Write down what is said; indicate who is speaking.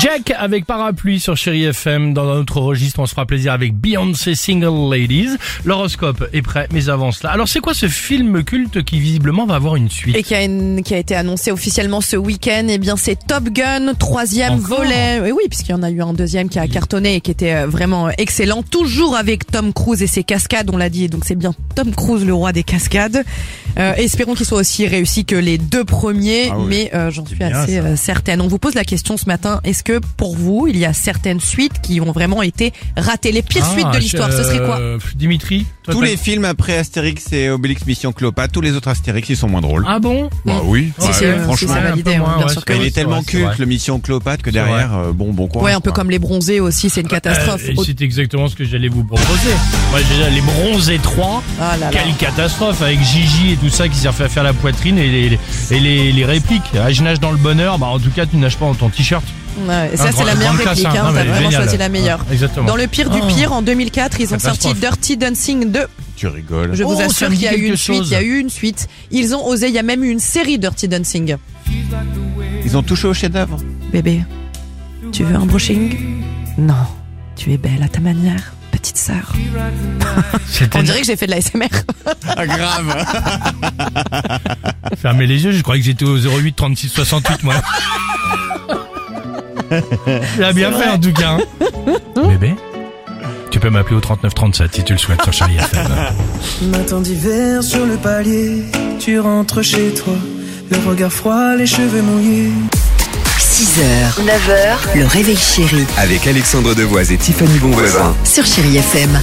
Speaker 1: Jack avec parapluie sur Chéri FM. Dans notre registre, on se fera plaisir avec Beyoncé Single Ladies. L'horoscope est prêt, mais avant cela. Alors, c'est quoi ce film culte qui visiblement va avoir une suite
Speaker 2: Et qui a, une- qui a été annoncé officiellement ce week-end, eh bien c'est Top Gun, troisième
Speaker 1: Encore
Speaker 2: volet. Et oui, puisqu'il y en a eu un deuxième qui a cartonné et qui était euh, vraiment excellent. Toujours avec Tom Cruise et ses cascades, on l'a dit. Donc c'est bien Tom Cruise, le roi des cascades. Euh, espérons qu'il soit aussi réussi que les deux premiers,
Speaker 1: Ah
Speaker 2: mais euh, j'en suis assez euh, certaine. On vous pose la question ce matin est-ce que pour vous, il y a certaines suites qui ont vraiment été ratées, les pires
Speaker 1: Ah,
Speaker 2: suites de l'histoire Ce serait quoi
Speaker 1: euh, Dimitri toi,
Speaker 3: Tous
Speaker 1: t'as-
Speaker 3: les films après Astérix et Obélix Mission Cléopâtre, tous les autres Astérix, ils sont moins drôles.
Speaker 1: Ah bon
Speaker 3: Bah oui,
Speaker 2: Si,
Speaker 3: ouais,
Speaker 2: si, euh,
Speaker 3: franchement.
Speaker 2: si, c'est validé,
Speaker 1: un peu
Speaker 2: hein, bien
Speaker 1: ouais,
Speaker 2: sûr
Speaker 1: c'est
Speaker 2: que
Speaker 3: Mais
Speaker 1: vrai,
Speaker 3: il est
Speaker 1: c'est
Speaker 3: tellement
Speaker 1: vrai, c'est vrai.
Speaker 3: culte, le Mission Cléopâtre, que
Speaker 1: C'est vrai.
Speaker 3: derrière, euh, bon, bon courage.
Speaker 2: Ouais, un peu
Speaker 3: quoi.
Speaker 2: comme les bronzés aussi, c'est une catastrophe.
Speaker 1: Euh,
Speaker 2: Au-
Speaker 1: c'est exactement ce que j'allais vous proposer. Moi, déjà, les bronzés 3,
Speaker 2: Ah là là.
Speaker 1: quelle catastrophe avec Gigi et tout ça qui s'est refait à faire la poitrine et les, les- et les, les répliques. Ah, je nage dans le bonheur, bah en tout cas, tu nages pas dans ton t-shirt.
Speaker 2: Ouais, et
Speaker 1: Ah,
Speaker 2: ça, c'est
Speaker 1: grand-
Speaker 2: la meilleure
Speaker 1: grande classe,
Speaker 2: réplique.
Speaker 1: hein.
Speaker 2: Hein,
Speaker 1: Non, mais
Speaker 2: T'as vraiment
Speaker 1: génial.
Speaker 2: choisi la meilleure.
Speaker 1: Ah, exactement.
Speaker 2: Dans le pire du
Speaker 1: Ah.
Speaker 2: pire, en 2004, ils ont sorti
Speaker 1: Catastrophe.
Speaker 2: Dirty Dancing 2.
Speaker 3: Tu rigoles.
Speaker 2: Je vous
Speaker 1: Oh, ça
Speaker 2: assure
Speaker 1: me
Speaker 2: qu'il y a
Speaker 1: dit
Speaker 2: eu
Speaker 1: quelque
Speaker 2: une suite.
Speaker 1: chose.
Speaker 2: Il y a eu une suite. Ils ont osé. Il y a même eu une série Dirty Dancing.
Speaker 3: Ils ont touché au chef-d'œuvre.
Speaker 2: Bébé, tu veux un brushing Non, tu es belle à ta manière, petite sœur.
Speaker 1: C'était
Speaker 2: On dirait que j'ai fait de la SMR.
Speaker 3: Ah, grave.
Speaker 1: Fermez les yeux, je croyais que j'étais au 08 36 68 moi. Il a bien fait en tout cas. hein. Bébé, tu peux m'appeler au 39 37 si tu le souhaites sur Charlie FM.
Speaker 4: Matin d'hiver sur le palier, tu rentres chez toi, le regard froid, les cheveux mouillés.
Speaker 5: 6h, 9h, le réveil chéri
Speaker 6: Avec Alexandre Devoise et Tiffany Bonvoisin.
Speaker 5: sur Chéri FM.